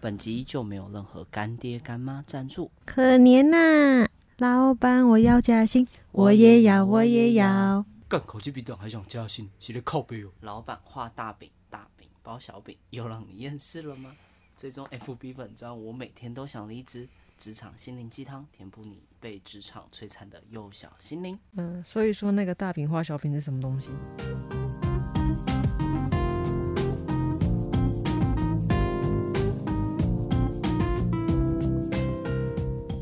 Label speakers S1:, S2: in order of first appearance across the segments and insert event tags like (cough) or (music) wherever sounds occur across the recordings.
S1: 本集就没有任何干爹干妈赞助。
S2: 可怜呐、老板，我要加薪，我也要，我也要。
S3: 干考鸡皮蛋还想加薪，写的靠背哦。
S1: 老板画大饼，大饼包小饼，又让你厌世了吗？最终 FB 本章，我每天都想离职，职场心灵鸡汤，填补你被职场摧残的幼小心灵。
S4: 嗯，所以说那个大饼花小饼是什么东西？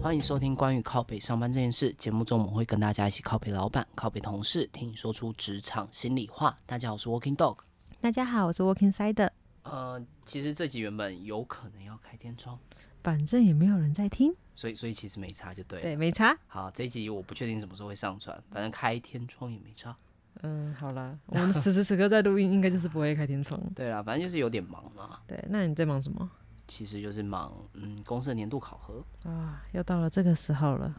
S1: 欢迎收听关于靠北上班这件事。节目中我们会跟大家一起靠北老板、靠北同事，听你说出职场心里话。大家好，我是 Working Dog。
S2: 大家好，我是 Working Side，
S1: 呃，其实这集原本有可能要开天窗，
S2: 反正也没有人在听。
S1: 所以所以其实没差就对了。
S4: 对，没差。
S1: 好，这一集我不确定什么时候会上传，反正开天窗也没差。
S4: 嗯，好啦，我们此时此刻在录音，应该就是不会开天窗。
S1: 对啦，反正就是有点忙啦，
S4: 对，那你在忙什么
S1: 其实就是忙嗯公司的年度考核。啊
S4: 啊？又到了这个时候了，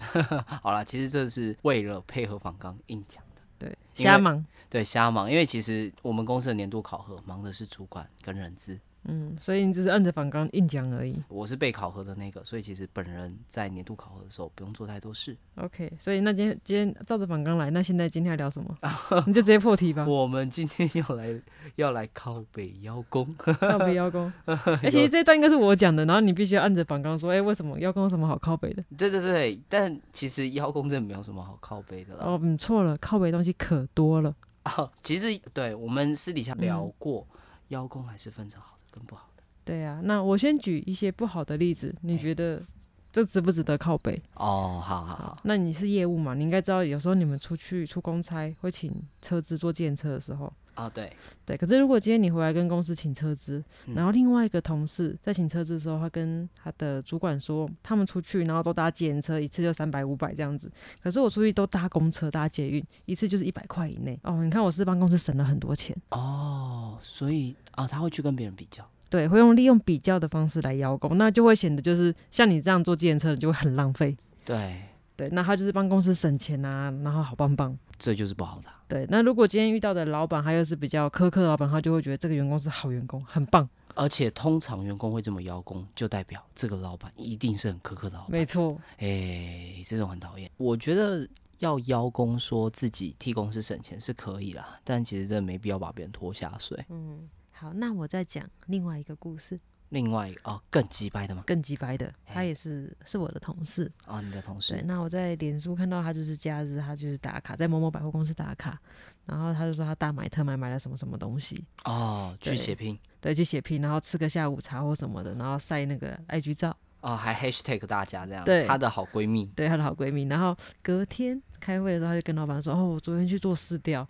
S1: 好啦，其实这是为了配合访刚硬讲的，
S4: 对，
S1: 因为
S4: 瞎忙。
S1: 对，瞎忙。因为其实我们公司的年度考核忙的是主管跟人资，
S4: 嗯，所以你只是按着反纲硬讲而已。
S1: 我是被考核的那个，所以其实本人在年度考核的时候不用做太多事。
S4: OK，所以那今天今天照着反纲来，那现在今天要聊什么？你就直接破题吧。
S1: 我们今天要来要来靠北邀功， (laughs)
S4: 靠北邀功。 (laughs) 哎、其实这一段应该是我讲的，然后你必须要按着反纲说，哎、为什么邀功有什么好靠 (laughs) 北的？
S1: 对对对，但其实邀功真的没有什么好靠北的啦。
S4: 哦，你错了，靠北的东西可多了。
S1: 哦， (laughs) 其实对我们私底下聊过，邀功还是分成好的跟不好的。
S4: 对啊，那我先举一些不好的例子，你觉得这值不值得靠北？
S1: 哦，好好好，
S4: 那你是业务嘛，你应该知道，有时候你们出去出公差会请车资坐电车的时候，
S1: 哦对，
S4: 对。可是如果今天你回来跟公司请车资，
S1: 嗯
S4: 然后另外一个同事在请车资的时候，他跟他的主管说，他们出去然后都搭计程车，一次就三百五百这样子。可是我出去都搭公车搭捷运，一次就是一百块以内。哦，你看我是帮公司省了很多钱。
S1: 哦，所以啊、他会去跟别人比较。
S4: 对，会用利用比较的方式来邀功，那就会显得就是像你这样做计程车的就会很浪费。
S1: 对，
S4: 对，那他就是帮公司省钱啊，然后好棒棒。
S1: 这就是不好的啊。
S4: 对，那如果今天遇到的老板他又是比较苛刻的老板，他就会觉得这个员工是好员工，很棒。
S1: 而且通常员工会这么邀功，就代表这个老板一定是很苛刻的老板。
S4: 没错，
S1: 哎，这种很讨厌。我觉得要邀功说自己替公司省钱是可以啦，但其实真的没必要把别人拖下水。
S2: 好，那我再讲另外一个故事，
S1: 另外一个哦，更鸡掰的嘛，
S2: 更鸡掰的，他
S1: 嘿
S2: 也是是我的同事。
S1: 啊，你的同
S2: 对，
S1: 事
S2: 那我在脸书看到他就是假日，他就是打卡，在某某百货公司打卡，然后他就说他大买特买买了什么什么东西，
S1: 哦，去
S2: 对
S1: 血拼
S2: 对，去血拼，然后吃个下午茶或什么的，然后晒那个 IG 照，
S1: 哦，还 hashtag 大家这样，
S2: 对
S1: 她的好闺蜜，
S2: 对她的好闺蜜。然后隔天开会的时候，她就跟老板说：“哦，我昨天去做私调，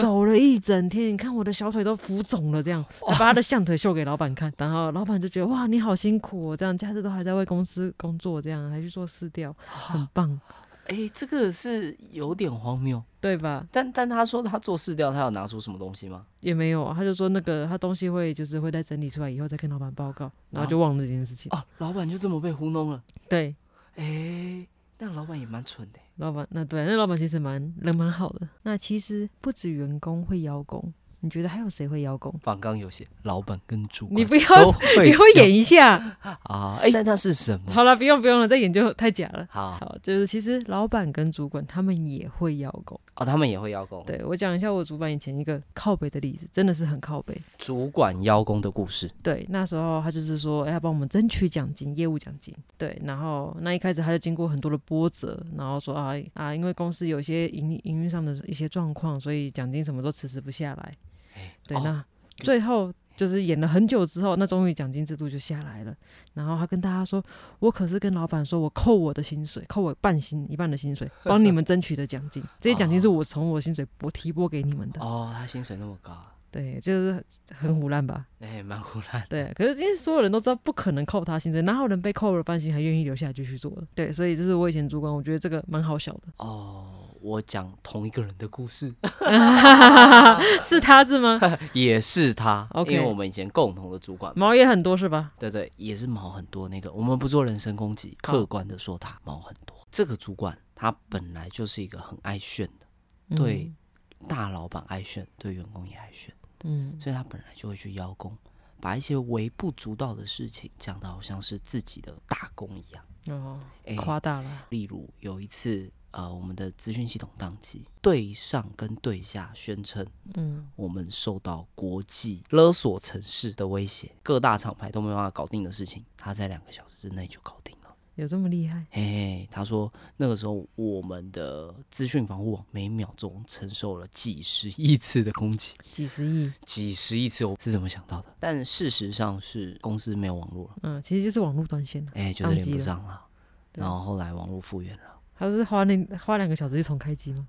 S2: 走了一整天，你看我的小腿都浮肿了。”这样，她把她的象腿秀给老板看，然后老板就觉得：“哇，你好辛苦哦，这样假日都还在为公司工作，这样还去做私调，很棒，
S1: 哎，这个是有点荒谬。
S4: 对吧？
S1: 但但她说她做试调，她有拿出什么东西吗？
S4: 也没有啊，他就说那个他东西会就是会再整理出来以后再跟老板报告，然后就忘了这件事情。
S1: 哦，老板就这么被糊弄了。
S4: 对，
S1: 哎，那老板也蛮蠢的。
S4: 老板那对那老板其实蛮人蛮好的，
S2: 那其实不止员工会邀功，你觉得还有谁会邀功？
S1: 反刚有写，老板跟主管
S4: 你不要
S1: 都会
S4: 你会演一下。
S1: 啊？哎，那那是什么？
S4: 好了，不用不用了，再演就太假了。
S1: 好
S4: 好，就是其实老板跟主管他们也会邀功。
S1: 哦，他们也会邀功。
S4: 对我讲一下我主管以前一个靠北的例子，真的是很靠北。
S1: 主管邀功的故事。
S4: 对，那时候他就是说、哎要帮我们争取奖金，业务奖金。对，然后那一开始他就经过很多的波折，然后说啊啊，因为公司有一些营营运上的一些状况，所以奖金什么都迟迟不下来。对，
S1: 哦
S4: 那最后就是演了很久之后，那终于奖金制度就下来了。然后他跟大家说，我可是跟老板说我扣我的薪水，扣我半薪一半的
S1: (laughs)
S4: 薪水，帮你们争取的奖金，这些奖金是我从我薪水拨提拨给你们的。
S1: 哦，他薪水那么高啊，
S4: 对，就是很胡乱吧。
S1: 哎，蛮胡乱。
S4: 对，可是因为所有人都知道不可能扣他薪水，哪有人被扣了半薪还愿意留下来继续做的？对，所以这是我以前主管，我觉得这个蛮好笑
S5: (laughs)
S4: 的。
S1: 哦，我讲同一个人的故事，
S4: 是他是 (laughs) 吗？
S1: (laughs) 也是他
S4: OK
S1: 因为我们以前共同的主管嘛，
S4: 毛也很多是吧？
S1: 对对，也是毛很多那个。我们不做人身攻击，
S4: 好
S1: 客观的说他毛很多。这个主管他本来就是一个很爱炫的，
S5: 嗯
S1: 对大老板爱炫，对员工也爱炫，
S4: 嗯，
S1: 所以他本来就会去邀功。把一些微不足道的事情讲得好像是自己的大功一样。
S5: 哦，
S1: 哎
S5: 夸大了，
S1: 例如有一次，呃，我们的资讯系统宕机，对上跟对下宣称
S5: 嗯，
S1: 我们受到国际勒索城市的威胁，各大厂牌都没办法搞定的事情，他在两个小时之内就搞定了。
S5: 有这么厉害？
S1: 嘿嘿，他说那个时候我们的资讯防护网每秒钟承受了几十亿次的攻击，
S5: 几十亿，
S1: 几十亿次，我是怎么想到的？但事实上是公司没有网络了，
S5: 嗯，其实就是网络断线啊了，
S1: 哎、就是连
S5: 宕
S1: 不
S5: 机了
S1: 上了。
S5: 对
S1: 然后后来网络复原了，
S5: 他是花那花两个小时去重开机吗？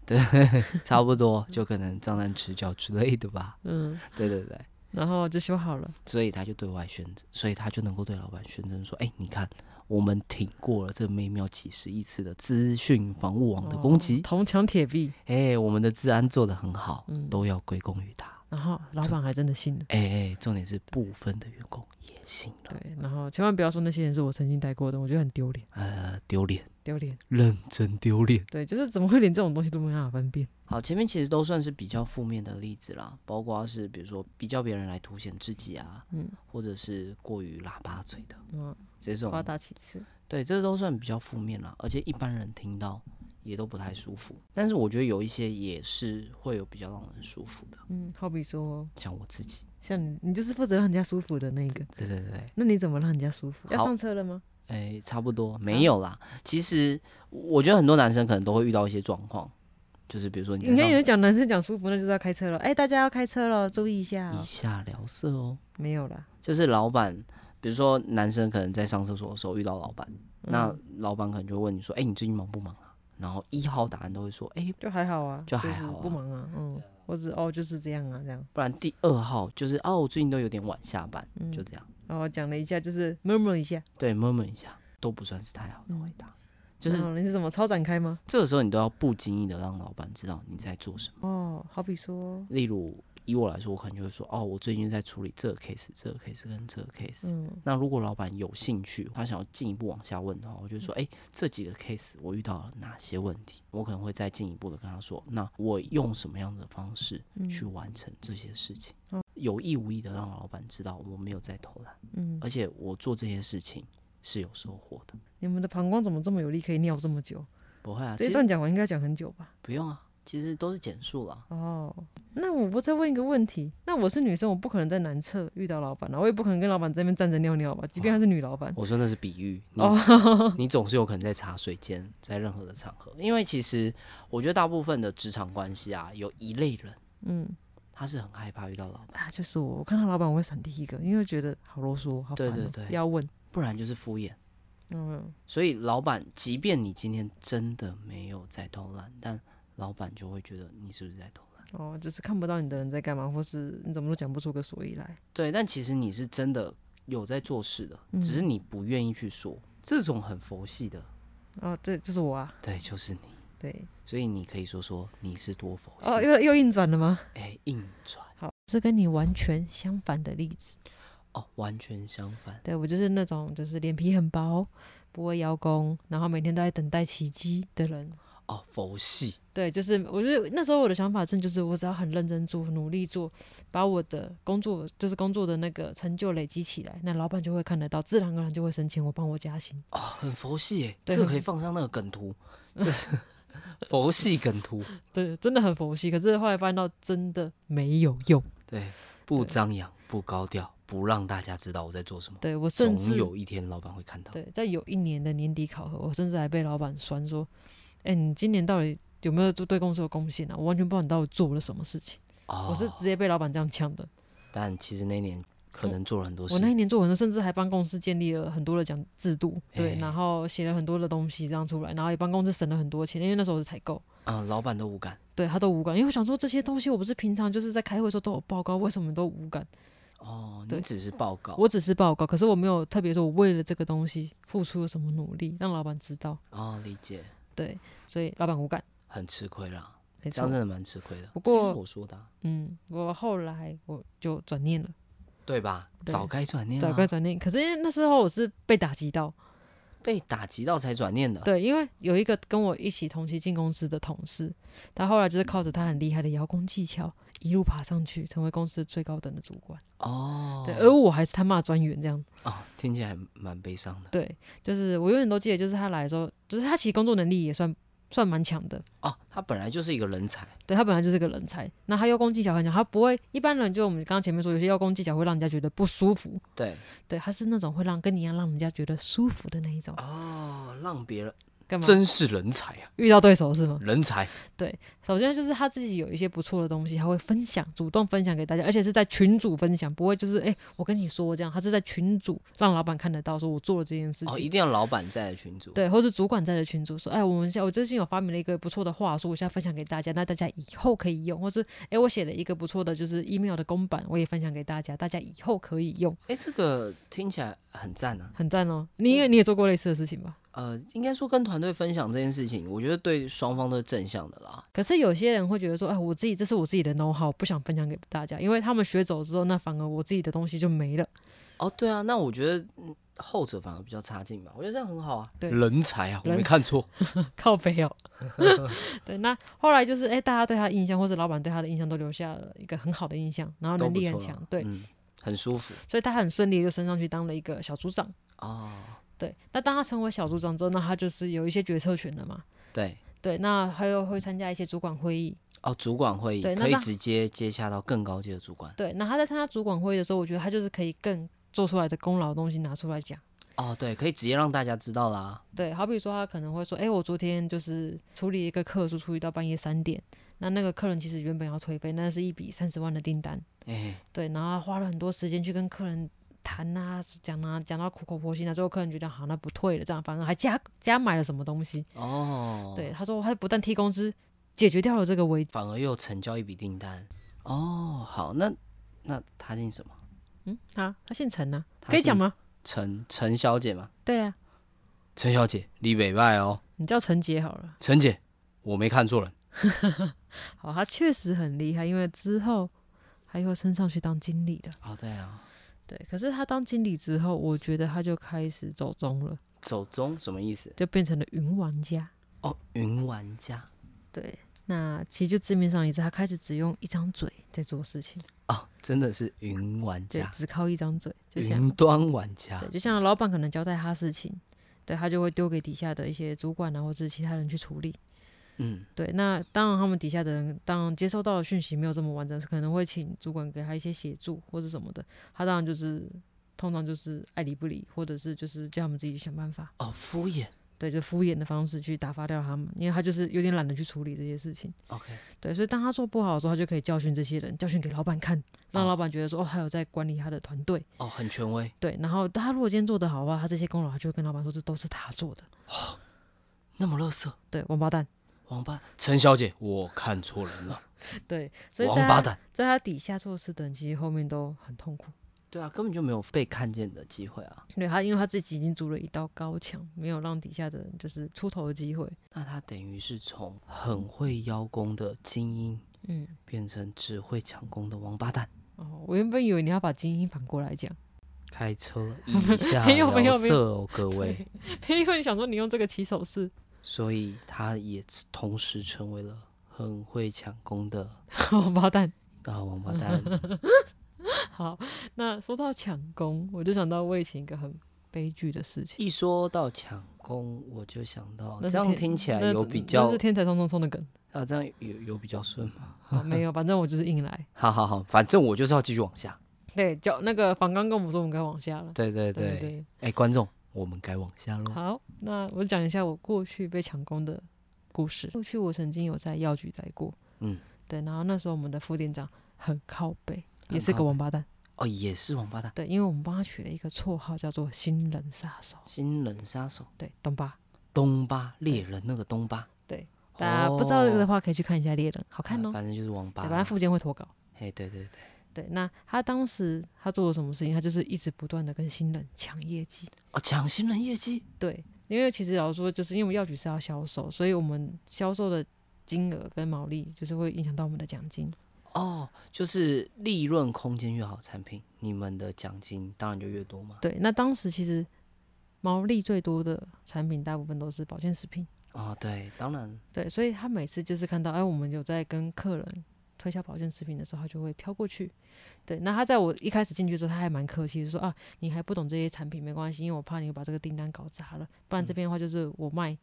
S1: 差不多就可能账单持缴之类的吧。
S5: 嗯，
S1: 对对对，
S5: 然后就修好了，
S1: 所以他就对外宣称，所以他就能够对老板宣称说：“哎、你看，我们挺过了这每秒几十亿次的资讯防务网的攻击
S5: 哦，铜墙铁壁，
S1: 哎、我们的治安做得很好，
S5: 嗯
S1: 都要归功于他。
S5: 然后老板还真的信了。
S1: 哎、哎，重点是部分的员工也信了，
S5: 对，然后千万不要说那些人是我曾经带过的，我觉得很丢脸，
S1: 呃，丢脸，
S5: 丢脸。
S3: 认真丢脸。
S5: 对，就是怎么会连这种东西都没办法分辨？
S1: 好，前面其实都算是比较负面的例子啦，包括是比如说比较别人来凸显自己啊，
S5: 嗯，
S1: 或者是过于喇叭嘴的，
S5: 嗯，
S1: 这种
S5: 夸大其词。
S1: 对，这都算比较负面啦，而且一般人听到也都不太舒服。但是我觉得有一些也是会有比较让人舒服的，
S5: 嗯，好比说，
S1: 像我自己，
S5: 像你，你就是负责让人家舒服的那一个，
S1: 对对对，
S5: 那你怎么让人家舒服？要
S1: 好
S5: 上车了吗？
S1: 哎，差不多没有啦。其实我觉得很多男生可能都会遇到一些状况，就是比如说你
S5: 你看有人
S1: 在
S5: 讲男生讲舒服，那就是要开车了。哎、大家要开车了，注意一下、
S1: 上
S4: 嗯
S1: 以
S5: 哦。
S1: 下聊色哦，
S5: (laughs) 没有啦，
S1: 就是老板，比如说男生可能在上厕所的时候遇到老板，那老板可能就会问你说，哎，你最近忙不忙啊？然后一号答案都会说，哎，
S5: 就还好啊，
S1: 就还好啊
S5: 是不忙啊，嗯，或者哦就是这样啊，这样。
S1: 不然第二号就是哦，我最近都有点晚下班，就这样。
S5: 然后讲了一下，就是 murmur 一下，
S1: 对，摸摸一下，都不算是太好的回答。就是
S5: 然后你是什么超展开吗？
S1: 这个时候，你都要不经意的让老板知道你在做什么。
S5: 哦，好比说，
S1: 例如，以我来说，我可能就会说，哦，我最近在处理这个 case、这个 case 跟这个 case。
S5: 嗯，
S1: 那如果老板有兴趣，他想要进一步往下问的话，我就说，
S5: 嗯
S1: 哎、这几个 case 我遇到了哪些问题？我可能会再进一步的跟他说，那我用什么样的方式
S5: 嗯
S1: 去完成这些事情？有意无意的让老板知道我没有在偷懒，
S5: 嗯，
S1: 而且我做这些事情是有收获的。
S5: 你们的膀胱怎么这么有力，可以尿这么久？
S1: 不会啊，
S5: 这
S1: 其
S5: 一
S1: 实
S5: 段讲完应该讲很久吧？
S1: 不用啊，其实都是简述啦。
S5: 哦，那我不再问一个问题，那我是女生，我不可能在男厕遇到老板啊，我也不可能跟老板在那边站着尿尿吧，即便他是女老板。
S4: 哦
S1: 我说那是比喻，你、
S5: 哦 (laughs)
S1: 你总是有可能在茶水间，在任何的场合，因为其实我觉得大部分的职场关系啊，有一类人
S5: 嗯，
S1: 他是很害怕遇到老板，
S5: 啊，就是我，我看到老板我会闪第一个，因为觉得好啰嗦，好烦、
S1: 对
S5: 哦，
S1: 对对
S5: 要问，
S1: 不然就是敷衍。
S5: 嗯，
S1: 所以老板，即便你今天真的没有在偷懒，但老板就会觉得你是不是在偷懒？
S5: 哦，就是看不到你的人在干嘛，或是你怎么都讲不出个所以来，
S1: 对，但其实你是真的有在做事的，只
S5: 嗯
S1: 是你不愿意去说。这种很佛系的，
S5: 哦，这就是我啊，
S1: 对，就是你。
S5: 对，
S1: 所以你可以说说你是多佛系，
S5: 哦，
S1: 哎、
S5: 又又硬转了吗？
S1: 硬转。
S4: 是跟你完全相反的例子。
S1: 哦，完全相反。
S4: 对我就是那种就是脸皮很薄，不会邀功，然后每天都在等待奇迹的人。
S1: 哦，佛系，
S4: 对，就是我觉得那时候我的想法真的就是，我只要很认真做，努力做，把我的工作就是工作的那个成就累积起来，那老板就会看得到，自然而然就会升迁我，帮我加薪。
S1: 哦，很佛系耶，
S4: 对
S1: 这个可以放上那个梗图， (laughs) 佛系梗图，
S4: 对，真的很佛系。可是后来发现到真的没有用。
S1: 对，不张扬，不高调，不让大家知道我在做什么，
S4: 对我
S1: 总
S4: 甚至
S1: 有一天老板会看到。
S4: 对，在有一年的年底考核，我甚至还被老板酸说：“哎、你今年到底有没有做对公司有贡献啊？我完全不知道你到底做了什么事情。我
S1: 哦，
S4: 是直接被老板这样呛的。
S1: 但其实那年可能做了很多事
S4: 我，那一年做很多，甚至还帮公司建立了很多的奖制度，对，
S1: 哎
S4: 然后写了很多的东西这样出来，然后也帮公司省了很多钱，因为那时候我是采购。
S1: 啊，老板都无感。
S4: 对他都无感，因为我想说这些东西我不是平常就是在开会的时候都有报告，为什么都无感？
S1: 哦，
S4: 对
S1: 你只是报告。
S4: 我只是报告，可是我没有特别说我为了这个东西付出了什么努力，让老板知道。
S1: 哦，理解，
S4: 对，所以老板无感，
S1: 很吃亏啦，
S4: 没
S1: 这
S4: 错
S1: 样。真的蛮吃亏的。
S4: 不
S1: 这就是
S4: 过
S1: 我说的啊，
S4: 嗯，我后来我就转念了，
S1: 对吧？
S4: 对
S1: 早该转念
S4: 早
S1: 啊，
S4: 该转念。可是因为那时候我是被打击到，
S1: 被打击到才转念的。
S4: 对，因为有一个跟我一起同期进公司的同事，他后来就是靠着他很厉害的摇工技巧，一路爬上去，成为公司最高等的主管。
S1: 哦，
S4: 对，而我还是他妈的专员这样。
S1: 哦，听起来蛮悲伤的
S4: 对，就是我永远都记得，就是他来的时候，就是他其实工作能力也算算蛮强的。
S1: 哦。他本来就是一个人才，
S4: 对他本来就是个人才，那他邀功技巧很强，他不会一般人就我们刚刚前面说，有些邀功技巧会让人家觉得不舒服，
S1: 对
S4: 对，他是那种会让跟你一样让人家觉得舒服的那一种。
S1: 哦，让别人
S4: 干嘛？
S6: 真是人才啊，
S4: 遇到对手是吗？
S6: 人才！
S4: 首先就是他自己有一些不错的东西，他会分享，主动分享给大家，而且是在群组分享，不会就是哎、诶我跟你说这样，他是在群组让老板看得到，说我做了这件事情。
S1: 哦，一定要老板在的群组，
S4: 对，或是主管在的群组说，哎，我们现在我最近有发明了一个不错的话术，我现在分享给大家，那大家以后可以用，或是哎，我写了一个不错的就是 email 的公版，我也分享给大家，大家以后可以用，
S1: 哎，这个听起来很赞啊。
S4: 很赞哦。你也你也做过类似的事情吧？
S1: 呃，应该说跟团队分享这件事情，我觉得对双方都是正向的啦。
S4: 可是有些人会觉得说，哎，我自己这是我自己的 know how，不想分享给大家，因为他们学走之后，那反而我自己的东西就没了。
S1: 哦，对啊，那我觉得嗯后者反而比较差劲吧，我觉得这样很好啊。
S4: 对
S6: 人才啊，我
S4: 人
S6: 没看错。
S4: (laughs) 靠背哦。对，那后来就是哎、大家对他的印象或者老板对他的印象都留下了一个很好的印象，然后
S1: 都
S4: 能
S1: 不
S4: 力很
S1: 错啦
S4: 强，对，
S1: 嗯，很舒服
S4: 所以他很顺利地就升上去当了一个小组长。
S1: 哦。
S4: 对，那当他成为小组长之后，那他就是有一些决策权了嘛。
S1: 对，
S4: 对，那还有会参加一些主管会议。
S1: 哦，主管会议
S4: 对那
S1: 可以
S4: 那
S1: 直接接下到更高阶的主管。
S4: 对，那他在参加主管会议的时候，我觉得他就是可以更做出来的功劳的东西拿出来讲。
S1: 哦，对，可以直接让大家知道啦。
S4: 对，好比说他可能会说，哎、我昨天就是处理一个客诉，处理到半夜三点，那那个客人其实原本要退费，那是一笔三十万的订单。
S1: 哎，
S4: 对，然后花了很多时间去跟客人谈啊，讲啊，讲到苦口婆心啊，最后客人觉得好，那不退了，这样反而还加加买了什么东西。
S1: 哦，
S4: 对，，他说他不但替公司解决掉了这个危机，
S1: 反而又成交一笔订单。哦，好，那那他姓什么？
S4: 嗯，啊，他姓陈啊，
S1: 他
S4: 可以讲
S1: 姓
S4: 吗？
S1: 陈陈小姐吗？
S4: 对啊，
S6: 陈小姐，你北拜哦，
S4: 你叫陈杰好了。
S6: 陈姐，我没看错人。
S4: 好，他确实很厉害，因为之后他又升上去当经理了。
S1: 哦，对啊，
S4: 对，可是他当经理之后，我觉得他就开始走中了，
S1: 走中什么意思？
S4: 就变成了云玩家。
S1: 哦，云玩家。
S4: 对，那其实就字面上意思，他开始只用一张嘴在做事情。
S1: 哦，真的是云玩
S4: 对，
S1: 家，
S4: 只靠一张嘴，就像
S1: 云端玩家
S4: 对，。就像老板可能交代他事情，对他就会丢给底下的一些主管啊，或者是其他人去处理。
S1: 嗯，
S4: 对，那当然他们底下的人，当然接收到的讯息没有这么完整，可能会请主管给他一些协助或者什么的。他当然就是通常就是爱理不理，或者是就是叫他们自己去想办法。
S1: 哦，敷衍。
S4: 对，就敷衍的方式去打发掉他们，因为他就是有点懒得去处理这些事情。
S1: OK，
S4: 对，所以当他做不好的时候，他就可以教训这些人，教训给老板看，让
S1: 哦
S4: 老板觉得说哦，还有在管理他的团队。
S1: 哦，很权威。
S4: 对，然后他如果今天做得好的话，他这些功劳他就会跟老板说这都是他做的。
S1: 那么乐色，
S4: 对，王八蛋。
S1: 王八
S6: 陈小姐，我看错人了，
S4: 对，所以
S6: 王
S4: 在
S6: 八
S4: 他
S6: 蛋。
S4: 在他底下做事的人，其实后面都很痛苦。
S1: 对啊，根本就没有被看见的机会啊。
S4: 对他，因为他自己已经筑了一道高墙，没有让底下的人就是出头的机会。
S1: 那他等于是从很会邀功的精英，
S4: 嗯，
S1: 变成只会抢功的王八蛋。
S4: 哦，我原本以为你要把精英反过来讲， (laughs)
S1: 开车以下
S4: 没有没有
S1: 聊
S4: 没有
S1: 色哦，各位。
S4: 因为你想说你用这个起手式， (laughs)
S1: 所以他也同时成为了很会抢功的
S4: 王八蛋。
S1: 啊王八
S4: (laughs)
S1: 蛋。
S4: 好，那说到抢功，我就想到我以前一个很悲剧的事情。
S1: 一说到抢功，我就想到
S4: 那是
S1: 这样
S4: 天
S1: 听起来
S4: 那
S1: 有
S4: 只
S1: 哎比
S4: 那
S1: 较
S4: 是天才冲冲冲
S1: (laughs)
S4: 的梗，
S1: 啊，这样有有比较顺吗？
S4: 好没有，反正我就是硬来。
S1: 好好好，反正我就是要继续往下。
S4: 对，叫那个房刚跟我们说我们该往下了。
S1: 对对
S4: 对
S1: 对，哎，观众，我们该往下喽。
S4: 好，那我讲一下我过去被抢功的故事。过去我曾经有在药局待过，
S1: 嗯，
S4: 对，然后那时候我们的副店长很靠北，也
S1: 很
S4: 是个
S1: 靠
S4: 王八蛋，
S1: 哦，也是王八蛋，
S4: 对，因为我们帮他取了一个绰号叫做“新人杀手
S1: 新人杀手”，，
S4: 对，懂吧？
S1: 东巴猎人那个东巴。
S4: 对，
S1: 哦，
S4: 大家不知道的
S1: 啊
S4: 话可以去看一下《猎人》，好看哦。
S1: 反正就是王八
S4: 对，反正
S1: 啦。
S4: 副监会投稿。
S1: 哎，对对对，
S4: 对，那他当时他做了什么事情？他就是一直不断的跟新人抢业绩。
S1: 哦，抢新人业绩，
S4: 对，因为其实老实说，就是因为我们药局是要销售，所以我们销售的金额跟毛利就是会影响到我们的奖金。
S1: 哦，就是利润空间越好的产品，你们的奖金当然就越多嘛。
S4: 对，那当时其实毛利最多的产品大部分都是保健食品。
S1: 哦，对，当然
S4: 对，所以他每次就是看到，哎，我们有在跟客人推销保健食品的时候，他就会飘过去。对，那他在我一开始进去的时候，他还蛮客气，就说啊，你还不懂这些产品没关系，因为我怕你把这个订单搞砸了，不然这边的话就是我卖，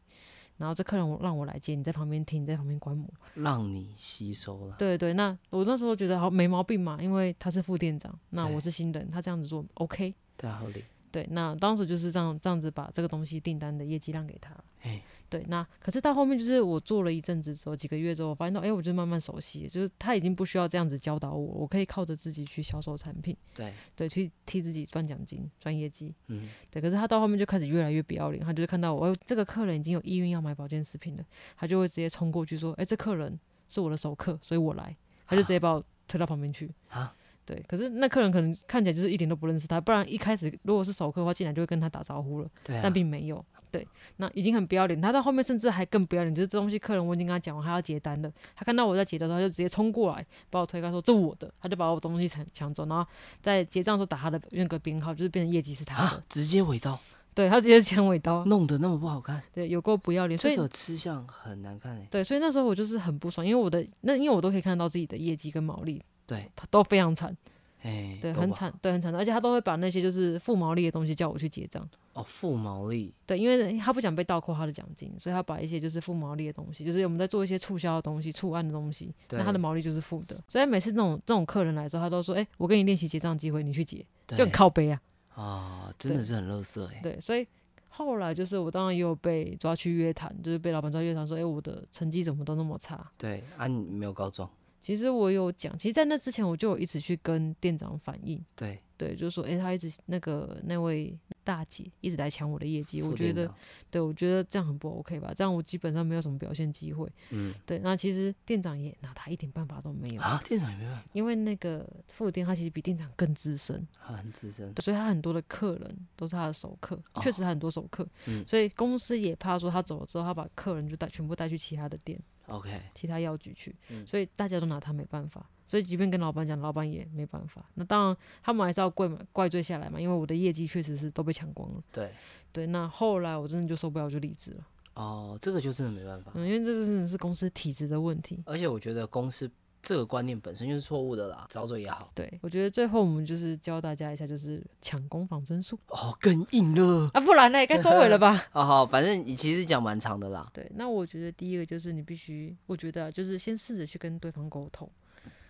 S4: 然后这客人我让我来接，你在旁边听，你在旁边观摩。
S1: 让你吸收了。
S4: 对对，那我那时候觉得好没毛病嘛，因为他是副店长，那
S1: 对
S4: 我是新人，他这样子做 OK。
S1: 对啊，合理。
S4: 对，那当时就是这样这样子把这个东西订单的业绩让给他
S1: 嘿。
S4: 对，那可是到后面就是我做了一阵子之后，几个月之后，我发现到，哎、我就慢慢熟悉了，就是他已经不需要这样子教导我，我可以靠着自己去销售产品，
S1: 对，
S4: 对，去替自己赚奖金、赚业绩。
S1: 嗯，
S4: 对，可是他到后面就开始越来越不要脸，他就是看到我、哎这个客人已经有意愿要买保健食品了，他就会直接冲过去说：“哎、这客人是我的熟客，所以我来。”他就直接把我推到旁边去。
S1: 啊，
S4: 对，可是那客人可能看起来就是一点都不认识他，不然一开始如果是熟客的话，进来就会跟他打招呼了，
S1: 对啊
S4: 但，并没有。对，那已经很不要脸，他到后面甚至还更不要脸，就是这东西客人我已经跟他讲完，他要结单了，他看到我在结的时候，他就直接冲过来把我推开说这我的，他就把我东西抢抢走，然后在结账的时候打他的那个编号，就是变成业绩是他的。
S1: 啊，直接尾刀，
S4: 对他直接抢尾刀，
S1: 弄得那么不好看，
S4: 对，有够不要脸。所以
S1: 这个吃相很难看欸诶。
S4: 对，所以那时候我就是很不爽，因为我的那因为我都可以看到自己的业绩跟毛利，
S1: 对，
S4: 他都非常惨，
S1: 哎，
S4: 对，
S1: 都
S4: 很
S1: 吧。
S4: 惨，对，很惨，而且他都会把那些就是负毛利的东西叫我去结账，
S1: 哦，负毛利，
S4: 对，因为他不想被倒扣他的奖金，所以他把一些就是负毛利的东西，就是我们在做一些促销的东西、促案的东西，
S1: 对
S4: 那他的毛利就是负的，所以每次这种这种客人来的时候，他都说，哎、我给你练习结账机会，你去结，就
S1: 对
S4: 很靠背啊，
S1: 啊，真的
S4: 对
S1: 是很欸乐色诶。
S4: 对，所以后来就是我当然也有被抓去约谈，就是被老板抓去约谈说，哎、我的成绩怎么都那么差，
S1: 对啊，你没有告状，
S4: 其实我有讲，其实，在那之前我就有一直去跟店长反映，
S1: 对，
S4: 对，就是说，诶、他一直那个那位大姐一直来抢我的业绩，我
S1: 副
S4: 觉
S1: 店
S4: 得，
S1: 长
S4: 对我觉得这样很不 OK 吧？这样我基本上没有什么表现机会。
S1: 嗯，
S4: 对，那其实店长也拿他一点办法都没有，
S1: 啊，店长也没办
S4: 因为那个副店他其实比店长更资深，
S1: 法，很资深，
S4: 所以他很多的客人都是他的熟客，确实他很多熟客，
S1: 嗯
S4: 所以公司也怕说他走了之后，他把客人就带全部带去其他的店。
S1: OK，
S4: 其他药局去，
S1: 嗯
S4: 所以大家都拿他没办法。所以即便跟老板讲，老板也没办法。那当然，他们还是要怪嘛怪罪下来嘛，因为我的业绩确实是都被抢光了。
S1: 对，
S4: 对，那后来我真的就受不了，我就离职了。
S1: 哦，这个就真的没办法，
S4: 嗯，因为这真的是公司体制的问题。
S1: 而且我觉得公司这个观念本身就是错误的啦，早走也好，
S4: 对，我觉得最后我们就是教大家一下，就是抢攻仿真术
S1: 哦，更硬了，
S4: 啊，不然呢，该收尾了吧？
S1: 好好，反正你其实讲蛮长的啦，
S4: (laughs) 对，那我觉得第一个就是你必须，我觉得、啊、就是先试着去跟对方沟通。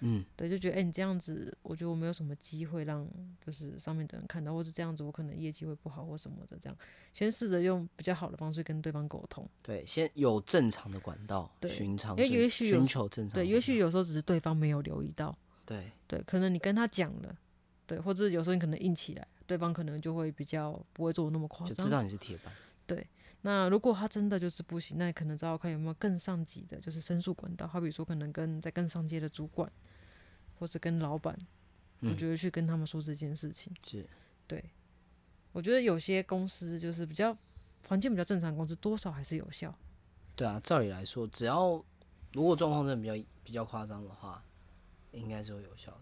S1: 嗯，
S4: 对，就觉得哎、诶你这样子，我觉得我没有什么机会让就是上面的人看到，或是这样子，我可能业绩会不好或什么的，这样先试着用比较好的方式跟对方沟通。
S1: 对，先有正常的管道，
S4: 对
S1: 寻常
S4: 因为
S1: 正，
S4: 也许有
S1: 寻
S4: 时
S1: 求正常的管道，
S4: 对，也许有时候只是对方没有留意到，
S1: 对，
S4: 对，可能你跟他讲了，对，或者有时候你可能硬起来，对方可能就会比较不会做的那么夸
S1: 就知
S4: 张。
S1: 道你是铁板，
S4: 那如果他真的就是不行，那你可能找找看有没有更上级的，就是申诉管道，好比说可能跟在更上阶的主管，或是跟老板，我
S1: 嗯
S4: 觉得去跟他们说这件事情。
S1: 是
S4: 对，我觉得有些公司就是比较环境比较正常，公司多少还是有效。
S1: 对啊，照理来说，只要如果状况真的比较比较夸张的话，应该是会有效的。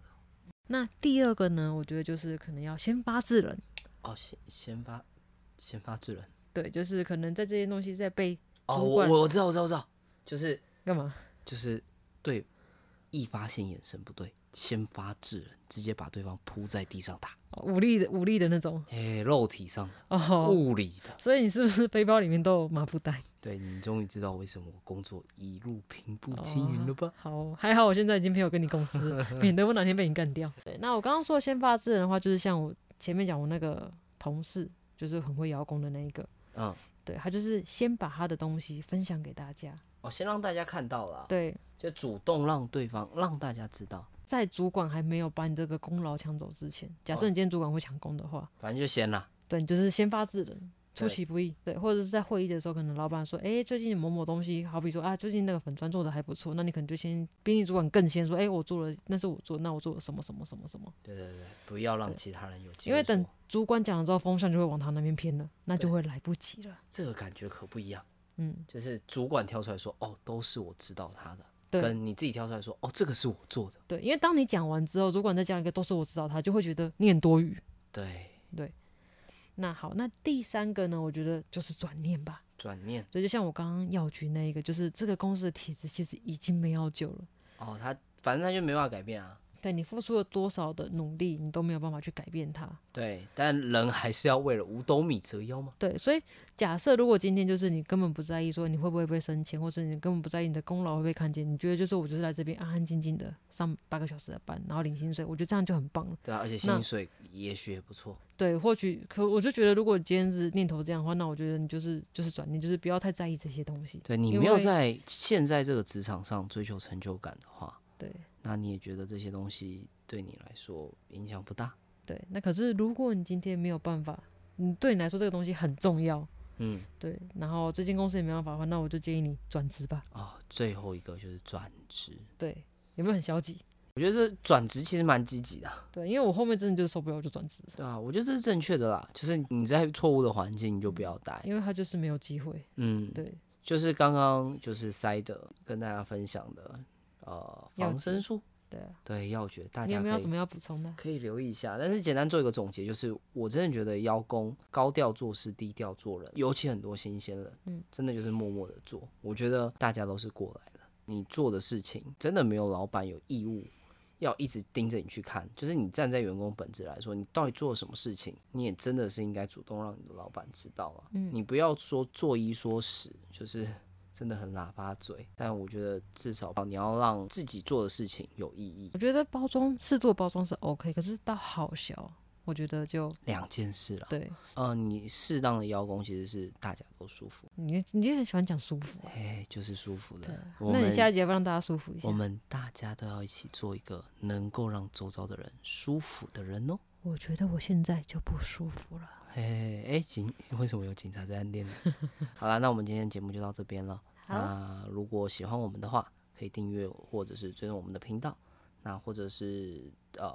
S4: 那第二个呢，我觉得就是可能要先发制人，
S1: 哦，先先发先发制人。
S4: 对，就是可能在这些东西在被
S1: 哦，
S4: 主
S1: 我
S4: 管
S1: 我我知道，我知道，我知道，就是
S4: 干嘛？
S1: 就是对，一发现眼神不对，先发制人，直接把对方扑在地上打，
S4: 哦武力的武力的那种 (laughs)
S1: 哎、肉体上的、
S4: 哦。
S1: 物理的。
S4: 所以你是不是背包里面都有麻布袋？
S1: 对你终于知道为什么我工作一路平步青云了吧？
S4: 哦好，还好我现在已经没有跟你共司，
S1: (laughs)
S4: 免得我哪天被你干掉。对，那我刚刚说的先发制人的话，就是像我前面讲我那个同事，就是很会邀功的那一个，
S1: 嗯，
S4: 对他就是先把他的东西分享给大家，
S1: 哦，先让大家看到了，
S4: 对，
S1: 就主动让对方让大家知道，
S4: 在主管还没有把你这个功劳抢走之前，假
S1: 嗯
S4: 设你今天主管会抢功的话，
S1: 反正就先啦。
S4: 对，你就是先发制人，出
S1: 对
S4: 其不意，对，或者是在会议的时候，可能老板说，诶，最近某某东西，好比说啊，最近那个粉砖做的还不错，那你可能就先比你主管更先说，诶，我做了，那是我做，那我做了什么什么什么什么，
S1: 对对对，不要让
S4: 对
S1: 其他人有机会
S4: 因为等
S1: 说
S4: 主管讲了之后，风向就会往他那边偏了，那就
S1: 对
S4: 会来不及了，
S1: 这个感觉可不一样，
S4: 嗯，
S1: 就是主管跳出来说，哦，都是我知道他的，
S4: 对
S1: 跟你自己跳出来说，哦，这个是我做的，
S4: 对，因为当你讲完之后，主管再讲一个都是我知道他，就会觉得你很多余。
S1: 对，
S4: 那好，那第三个呢，我觉得就是转念吧。
S1: 转念。
S4: 所以就像我刚刚药局那一个，就是这个公司的体制其实已经没药救了。
S1: 哦，他反正他就没办法改变啊。
S4: 对你付出了多少的努力，你都没有办法去改变它。
S1: 对，但人还是要为了五斗米折腰嘛。
S4: 对，所以假设如果今天就是你根本不在意说你会不会被升迁，或者你根本不在意你的功劳会被看见，你觉得就是我就是来这边安安静静的上八个小时的班，然后领薪水，我觉得这样就很棒了。
S1: 对啊，而且
S4: 那
S1: 薪水也许也不错。
S4: 对，或许可我就觉得，如果今天是念头这样的话，那我觉得你就是就是转念，就是不要太在意这些东西。
S1: 对你
S4: 因
S1: 没有
S4: 为
S1: 在现在这个职场上追求成就感的话，
S4: 对
S1: 那你也觉得这些东西对你来说影响不大。
S4: 对，那可是如果你今天没有办法，你对你来说这个东西很重要，
S1: 嗯，
S4: 对，然后这间公司也没办法的话，那我就建议你转职吧。
S1: 哦，最后一个就是转职，
S4: 对，有没有很消极？
S1: 我觉得这转职其实蛮积极的啊，
S4: 对，因为我后面真的就是受不了，我就转职了，
S1: 对啊，我觉得这是正确的啦，就是你在错误的环境你就不要待。
S4: 因为他就是没有机会。
S1: 嗯，
S4: 对，
S1: 就是刚刚就是塞德跟大家分享的，呃，
S4: 药
S1: 防
S4: 局
S1: 身术，
S4: 对啊
S1: 对药诀，大
S4: 你
S1: 家
S4: 有没有
S1: 可
S4: 什
S1: 以
S4: 么要补充的？
S1: 可以留意一下。但是简单做一个总结，就是我真的觉得邀功高调做事，低调做人，尤其很多新鲜人，
S4: 嗯
S1: 真的就是默默的做。我觉得大家都是过来的，你做的事情真的没有老板有义务。要一直盯着你去看，就是你站在员工本质来说，你到底做了什么事情，你也真的是应该主动让你的老板知道啊。你不要说做一说十，就是真的很喇叭嘴。但我觉得至少你要让自己做的事情有意义
S4: 我，觉得包装适度的包装是 OK，可是到好小，我觉得就
S1: 两件事啦。
S4: 对
S1: 呃，你适当的邀功其实是大家都舒服，
S4: 你，你也很喜欢讲舒服、欸。
S1: 哎、就是舒服
S4: 对
S1: 的
S4: 啊。
S1: 我
S4: 那你
S1: 们
S4: 下一集要不要让大家舒服一下
S1: 我？们大家都要一起做一个能够让周遭的人舒服的人哦。
S4: 我觉得我现在就不舒服了。
S1: 哎、哎、警为什么有警察在暗恋呢？ (laughs) 好啦，那我们今天节目就到这边了。
S4: 好，
S1: 那如果喜欢我们的话，可以订阅或者是追踪我们的频道。那或者是呃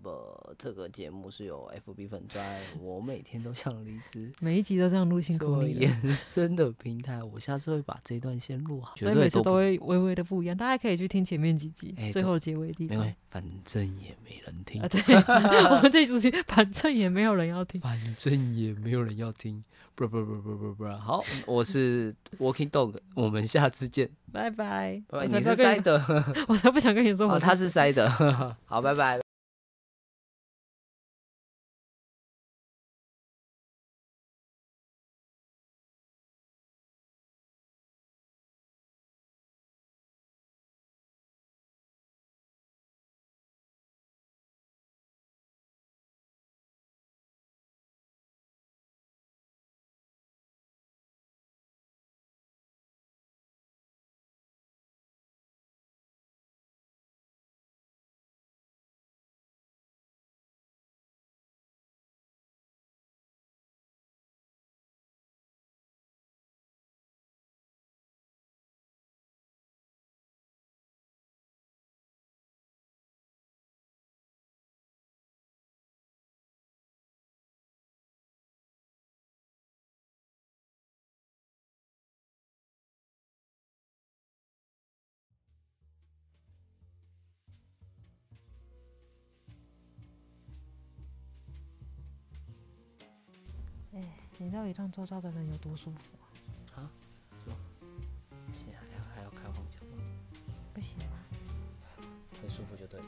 S1: 不，这个节目是有 FB 粉专，我每天都想离职。
S4: 每一集都这样录，辛苦
S1: 做 (laughs)
S4: 你了。
S1: 延伸的平台，我下次会把这一段先录好，
S4: 所以每次都会微微的不一样，大家可以去听前面几集，
S1: 哎对
S4: 最后结尾的地
S1: 没
S4: 方
S1: 关系，反正也没人听
S4: 啊。，
S1: (laughs)
S4: 对，(laughs) 我们这主题反正也没有人要听。
S1: 反正也没有人要听，不不不不不不，好，我是 Walking Dog，我们下次见。
S4: 拜拜。
S1: 拜拜
S4: 我
S1: 哦
S4: 才
S1: 你
S4: 不
S1: 是
S4: 要跟
S1: 塞
S4: 你，
S1: 德，
S4: 我才不想跟你说
S1: 哦，
S4: 我
S1: 他是塞德，好，拜拜。
S4: 你到底让周遭的人有多舒服、啊？
S1: 现在还要还要开黄腔吗？
S4: 不行吗？
S1: 很舒服就对了。